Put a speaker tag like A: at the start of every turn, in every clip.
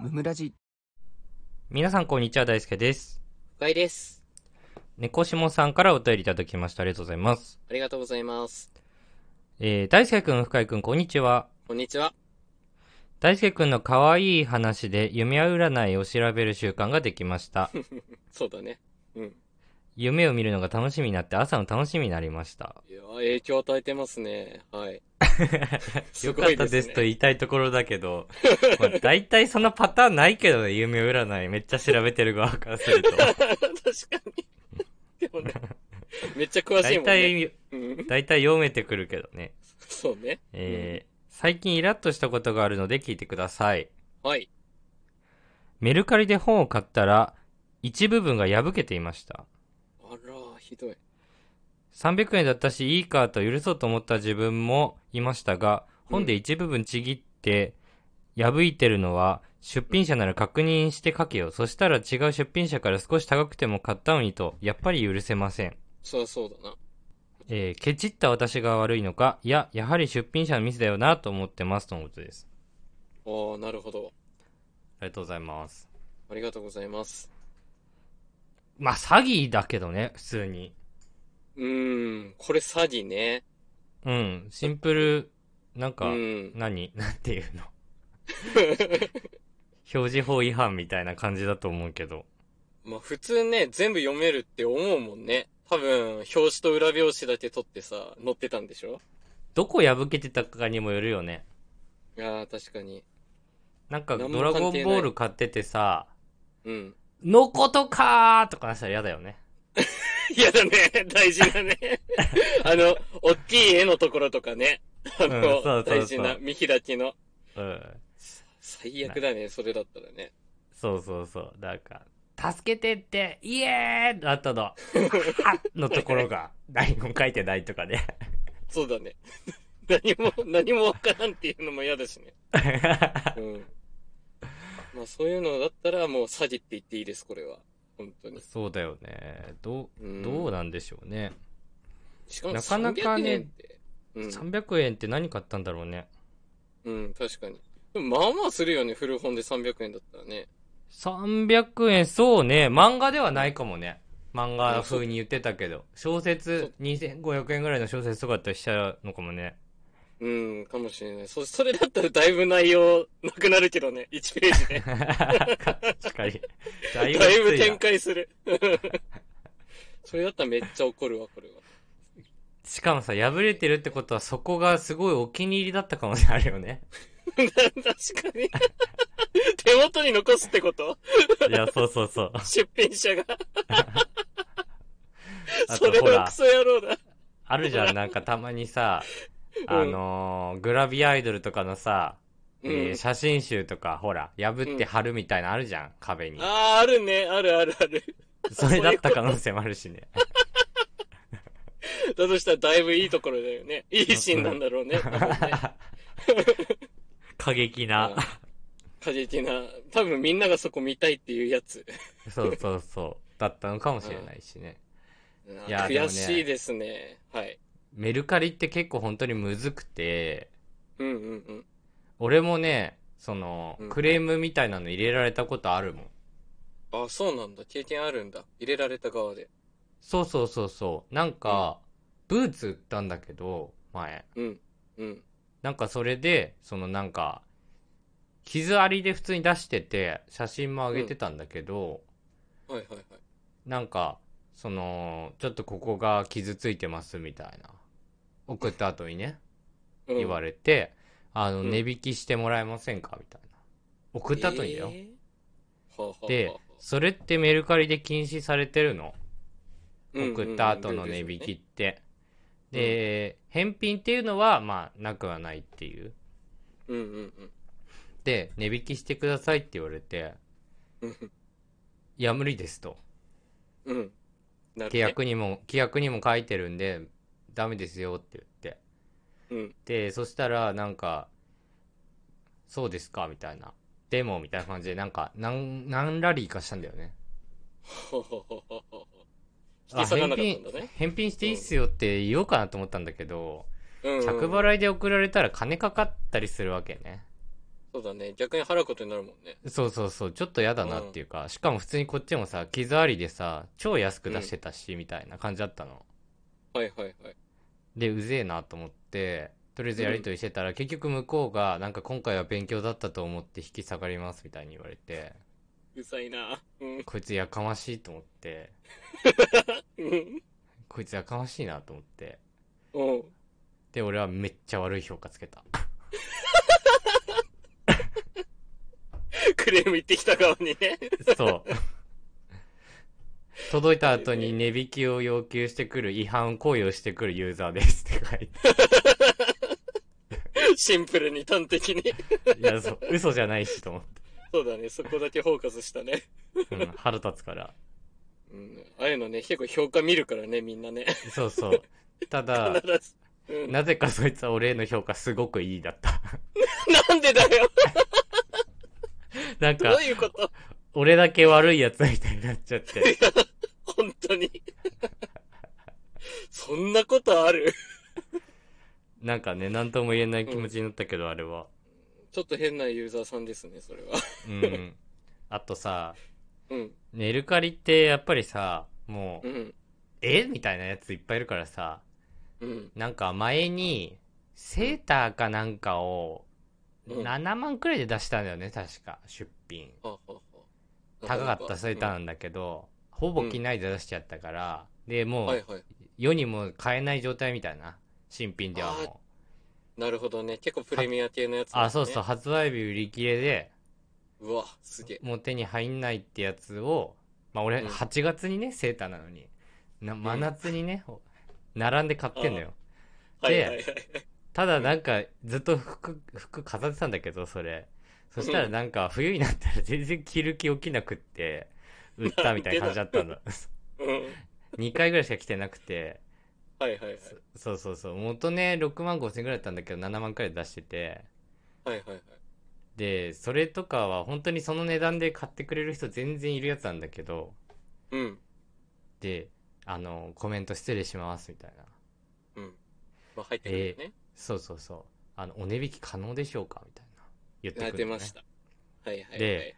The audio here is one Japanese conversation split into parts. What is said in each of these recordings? A: ムムラジ
B: 皆さんこんにちは、大輔です。
C: 深井です。
B: 猫下さんからお便りいただきました。ありがとうございます。
C: ありがとうございます。
B: えー、大輔くん、深井くん、こんにちは。
C: こんにちは。
B: 大輔くんの可愛い話で夢占いを調べる習慣ができま した。
C: そうだね。うん。
B: 夢を見るのが楽しみになって朝の楽しみになりました。
C: いやー、影響与えてますね。はい。
B: よ
C: す
B: か
C: ご
B: っ
C: い
B: た
C: で
B: ですす
C: ね
B: と言いたいところだけど、 まあ、大体そんなパターンないけどね、夢占いめっちゃ調べてる側からすると。
C: 確かに。でもね、めっちゃ詳しいも
B: 大
C: んね。
B: 体、
C: う
B: 大
C: ん。
B: 体読めてくるけどね。
C: そうね。
B: えー最近イラッとしたことがあるので聞いてください。
C: はい。
B: メルカリで本を買ったら、一部分が破けていました。
C: あらー、ひどい。
B: 300円だったし、いいかと許そうと思った自分もいましたが、本で一部分ちぎって、破いてるのは、出品者なら確認して書けよ。そしたら違う出品者から少し高くても買ったのにと、やっぱり許せません。
C: そりゃそうだな。
B: えーケチった私が悪いのか、いや、やはり出品者のミスだよなと思ってますとのことです。
C: あー、なるほど。
B: ありがとうございます。
C: ありがとうございます。
B: まあ、詐欺だけどね、普通に。
C: うーん、これ詐欺ね。
B: うん、シンプル、なん
C: う
B: か、
C: ん。
B: 何 なんていう の表示法違反みたいな感じだと思うけど。
C: まあ普通ね、全部読めるって思うもんね。多分、表紙と裏表紙だけ取ってさ、載ってたんでしょ
B: どこ破けてたかにもよるよね。
C: いやー、確かに。
B: なんか、
C: 何
B: ド
C: も
B: ラ
C: 関係
B: ゴ
C: な
B: ンボ
C: い
B: ール買っててさ、
C: うん。
B: のことかーとかなしたら嫌だよね。
C: 嫌だね。 大事なね。 あの、大きい絵のところとかね。あ
B: うん
C: の、
B: そうそうそう
C: 大事な見開きの。
B: うん。
C: 最悪だね、それだったらね。
B: そうそうそう。なんか、助けてって、イエーイだったの。あのところが、 何も書いてないとか ね。
C: そうだね。 何も、何もわからんっていうのも嫌だし ね。うん。まあそういうのだったらもう詐欺って言っていいです、これは。本当に。
B: そうだよね。どう、
C: うん
B: どうなんでしょうね。
C: しかも
B: なかなかね
C: 300円って。うん。
B: 300円って何買ったんだろうね。
C: うん、確かに。でもまあまあするよね、古本で300円だったらね。
B: 300円、そうね。漫画ではないかもね。漫画風に言ってたけど。小説2500円ぐらいの小説とかだったりしちゃうのかも ね。
C: うん、かもしれない。そ、それだったらだいぶ内容なくなるけ どね、1ページで。
B: 確かに。だいぶ
C: だいぶ
B: きつい
C: 展
B: な
C: 開する。 それだったらめっちゃ怒るわ、これは。
B: しかもさ、破れてるってことはそこがすごいお気に入りだったかもしれないよね。
C: 確か に。手元に残すってこと
B: いや、そうそうそう。
C: 出品者 が。
B: あ
C: そ
B: と
C: れ
B: ほ
C: は
B: ら
C: ク、ソ野郎だ。
B: あるじゃん。なんかたまにさ、
C: うん
B: あのーグラビアアイドルとかのさ、えー
C: うん
B: 写真集とか、ほら、破って貼るみたいなあるじゃん、壁に。
C: ああ、あるね。あるあるある。
B: それだった可能性もあるしね。
C: だとしたらだいぶいいところだよね。いいシーンなんだろう ね。多分ね
B: 過激な。
C: 過激な。多分みんながそこ見たいっていうやつ。
B: そうそうそう。だったのかもしれないしね。いやでもね
C: 悔しいですね。はい。
B: メルカリって結構本当にむずくて、
C: うんうんうん。
B: 俺もね、その
C: う、ん
B: クレームみたいなの入れられたことあるもん。
C: あ、そうなんだ。経験あるんだ。入れられた側で。
B: そうそうそうそう。なんか、ブーツ売ったんだけど、前。
C: うん。うん。
B: なんかそれで、そのなんか、傷ありで普通に出してて、写真も上げてたんだけど、
C: はいはいはい。
B: なんか、その、ちょっとここが傷ついてますみたいな。送った後にね、
C: うん
B: 言われて、あの、
C: うん
B: 値引きしてもらえませんかみたいな。送った後にだよ。
C: えーはあはあはあ
B: で、それってメルカリで禁止されてるの。
C: うんうんうん
B: 送った後の値引きって。で、返品っていうのは、まあ、なくはないっていう。
C: うんうん
B: で、値引きしてくださいって言われて、
C: うん
B: いや、無理ですと。
C: うんうんなる
B: 契
C: ね
B: 約にも、規約にも書いてるんで、ダメですよって言って。
C: うん
B: でそしたらなんか「そうですか」みたいな「でも」みたいな感じでなんか何何ラリーかしたんだよね
C: ほうほうほうほうほう引
B: あ
C: き下がら
B: 返
C: なかったんだ
B: 品
C: ね
B: 返品していいっすよって言おうかなと思ったんだけど、
C: うんうん
B: 着払いで送られたら金かかったりするわけね
C: そうだね。逆に払うことになるもんね。
B: そうそうそう、ちょっと嫌だなっていうか、しかも普通にこっちもさ、傷ありでさ、超安く出してたし、みたいな感じだったの。
C: はいはいはい。
B: で、うぜえなと思って、とりあえずやりとりしてたら、結局向こうが、なんか今回は勉強だったと思って引き下がりますみたいに言われて、
C: うざいな。うん。
B: こいつやかましいと思って、
C: うん。
B: こいつやかましいなと思って。
C: おう
B: で、俺はめっちゃ悪い評価つけた。
C: クレーム言ってきた側にね。
B: そう。届いた後に値引きを要求してくる違反行為をしてくるユーザーですって書いて
C: シンプルに端的に。
B: いや、そう、嘘じゃないしと思っ
C: そうだね。そこだけフォーカスしたね。
B: て。うん、腹立つから。
C: うん。ああいうのね、結構評価見るからね、みんなね。
B: そうそう。ただ、
C: 必ず。うん。な
B: なぜかそいつは俺への評価すごくいいだった。
C: んでだよ
B: なん
C: ど
B: か
C: う、いうこと
B: 俺だけ悪いやつみたいになっちゃって。
C: 本当に。 そんなことある
B: なんかね、なんとも言えない気持ちになったけど、あれは。
C: ちょっと変なユーザーさんですね、それは。
B: うん。あとさ、
C: うん。
B: メルカリってやっぱりさ、も
C: う
B: う、
C: ん。
B: えみたいなやついっぱいいるからさ、
C: うん。
B: なんか前に、セーターかなんかを、
C: うん
B: 7万くらいで出したんだよね、確か。出品。
C: はあはあはあ
B: 高かったセーターなんだけど、ほぼ着ないで出しちゃったから、で、
C: うん
B: も、
C: はいうはい。
B: 世にも買えない状態みたいな。新品ではもう。
C: なるほどね。結構プレミア系のやつ、ね。
B: あ、そうそう、。発売日売り切れで、
C: うわ、すげえ。
B: もう手に入んないってやつを、まあ俺、
C: うん
B: 8月にね、セーターなのに、な真夏にね、並んで買ってんのよ。
C: はいはいはい。
B: ただなんか、ずっと服、服飾ってたんだけど、それ。そしたらなんか、冬になったら全然着る気起きなくって、売ったみたいな感じだ ったんだ。
C: うん。
B: 2回ぐらいしか着てなくて、
C: はいはいはい。
B: そうそうそう。元ね、6万5千ぐらいだったんだけど、7万くらいで出してて。
C: はいはいはい。
B: で、それとかは本当にその値段で買ってくれる人全然いるやつなんだけど、
C: うん。
B: で、あの、コメント失礼します、みたいな。
C: うん。まあ入ってくるよね。
B: そうそうそう。あの、お値引き可能でしょうかみたいな。言ってくる、
C: あ出まし。た。はいはいはい、はい。
B: で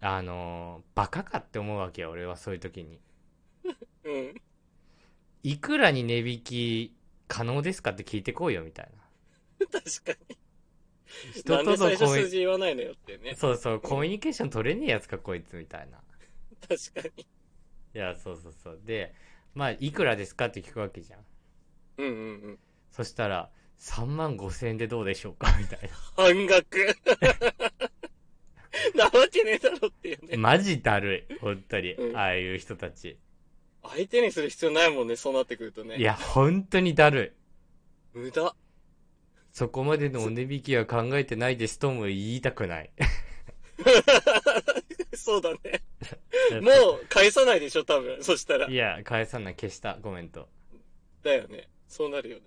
B: あの、バカかって思うわけよ、俺はそういう時に。
C: うん。
B: いくらに値引き可能ですかって聞いてこうよ、みたいな。
C: 確かに。
B: 人
C: なんで
B: との
C: 最
B: コ
C: 初
B: ミ
C: 数字言わないのよってね。
B: そうそう、コミュニケーション取れねえやつか、こいつ、みたいな。
C: 確かに。
B: いや、そうそうそう。で、まあ、いくらですかって聞くわけじゃん。
C: うんうんうん。
B: そしたら、3万5千円でどうでしょうかみたい
C: 半額。なわけねえだろっていう
B: な。
C: ね。
B: マジだるい。本当に
C: う。ん
B: ああいう人たち。
C: 相手にする必要ないもんね、そうなってくるとね。
B: い。や、本当にだる
C: 無駄。
B: い。そこまでのお値引きは考えてないですとも言いたくない。
C: そうだね。もう返さないでしょ、多分。そしたら
B: い。や、返さない。消した。コメント。
C: だよね。そうなるよね。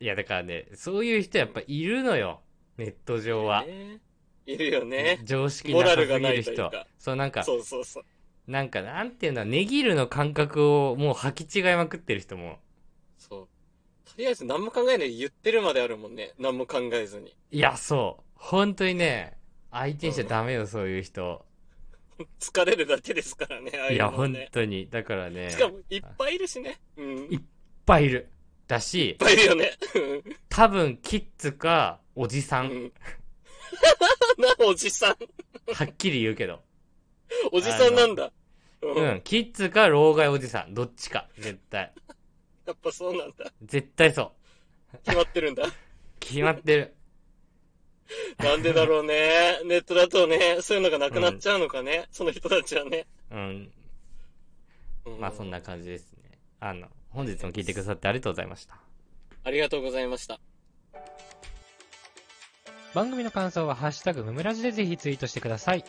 B: いや、だからね、そういう人やっぱいるのよ。ネット上は。
C: ねいるよね。
B: 常識なさすぎ
C: モラルがな
B: る
C: いという
B: 人
C: か。
B: そう、なんか、
C: そうそうそう。
B: なんか、なんていうの、ネギルの感覚をもう履き違いまくってる人も。
C: そう。とりあえず何も考えないで言ってるまであるもんね。何も考えずに。
B: いや、そう。本当にね、相手にしちゃダメよ、そういう人。
C: 疲れるだけですからね、ああ
B: い
C: い
B: や、
C: うのは
B: 本
C: ね。
B: 当に。だからね、いっ
C: しかも、いっぱいいるしね。うん。いっ
B: ぱいいる。だし、
C: ぱいいるよね。うん
B: 多分、キッズか、おじさ。
C: うんん な、おじさん。
B: はっきり言うけど。
C: おじさんなんだ。うん。
B: う
C: や
B: ん、キッズか、老害おじさん。どっちか。絶対。
C: っぱそうなんだ。
B: 絶対そう。
C: 決まってるんだ。
B: 決まってる。
C: なんでだろうね。ネットだとね、そういうのがなくなっちゃうのかね。その人たちはね。
B: うん。
C: う
B: まあそん。な感じですね。あの、本日も聞いてくださってありがとうございました。
C: ありがとうございました。
A: 番組の感想は「ハッシュタグむむらじ」でぜひツイートしてくださいチ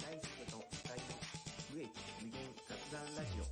D: 大輔と二人の無益無限雑談ラジオ